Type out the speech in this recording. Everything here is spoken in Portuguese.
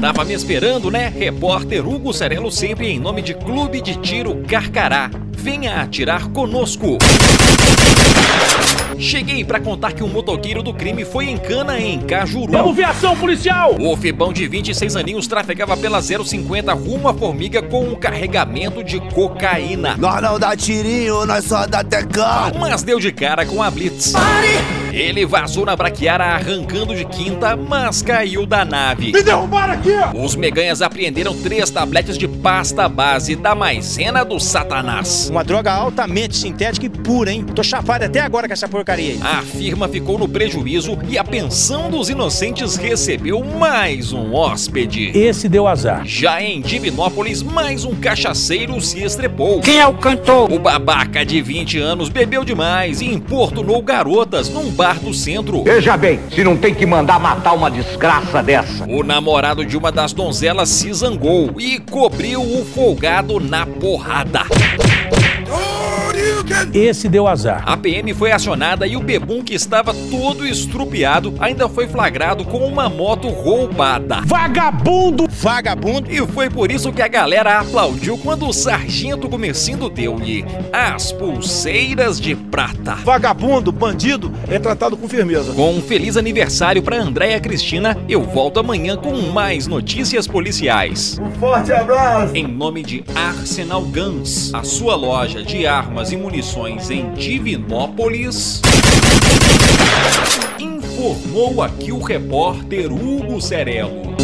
Tava me esperando, né? Repórter Hugo Cerelo sempre em nome de Clube de Tiro Carcará. Venha atirar conosco! Cheguei para contar que um motoqueiro do crime foi em cana em Cajuru. Vamos ver ação policial! O ofibão de 26 aninhos trafegava pela 050 rumo à formiga com um carregamento de cocaína. Nós não dá tirinho, nós só dá tecão. Mas deu de cara com a Blitz. Ele vazou na braquiara arrancando de quinta, mas caiu da nave. Me derrubaram aqui! Os meganhas apreenderam três tabletes de pasta base da maisena do satanás. Uma droga altamente sintética e pura, hein? Tô chafado até agora com essa porcaria aí. A firma ficou no prejuízo e a pensão dos inocentes recebeu mais um hóspede. Esse deu azar. Já em Divinópolis, mais um cachaceiro se estrepou. Quem é o cantor? O babaca de 20 anos bebeu demais e importunou garotas num bar do centro. Veja bem, se não tem que mandar matar uma desgraça dessa. O namorado de uma das donzelas se zangou e cobriu o folgado na porrada. Esse deu azar. A PM foi acionada e o bebum que estava todo estrupiado ainda foi flagrado com uma moto roubada. Vagabundo! Vagabundo? E foi por isso que a galera aplaudiu quando o sargento Comercindo deu-lhe as pulseiras de prata. Vagabundo, bandido, é tratado com firmeza. Com um feliz aniversário para Andréia Cristina, eu volto amanhã com mais notícias policiais. Um forte abraço! Em nome de Arsenal Guns, a sua loja de armas e munições em Divinópolis. Informou aqui o repórter Hugo Cerello.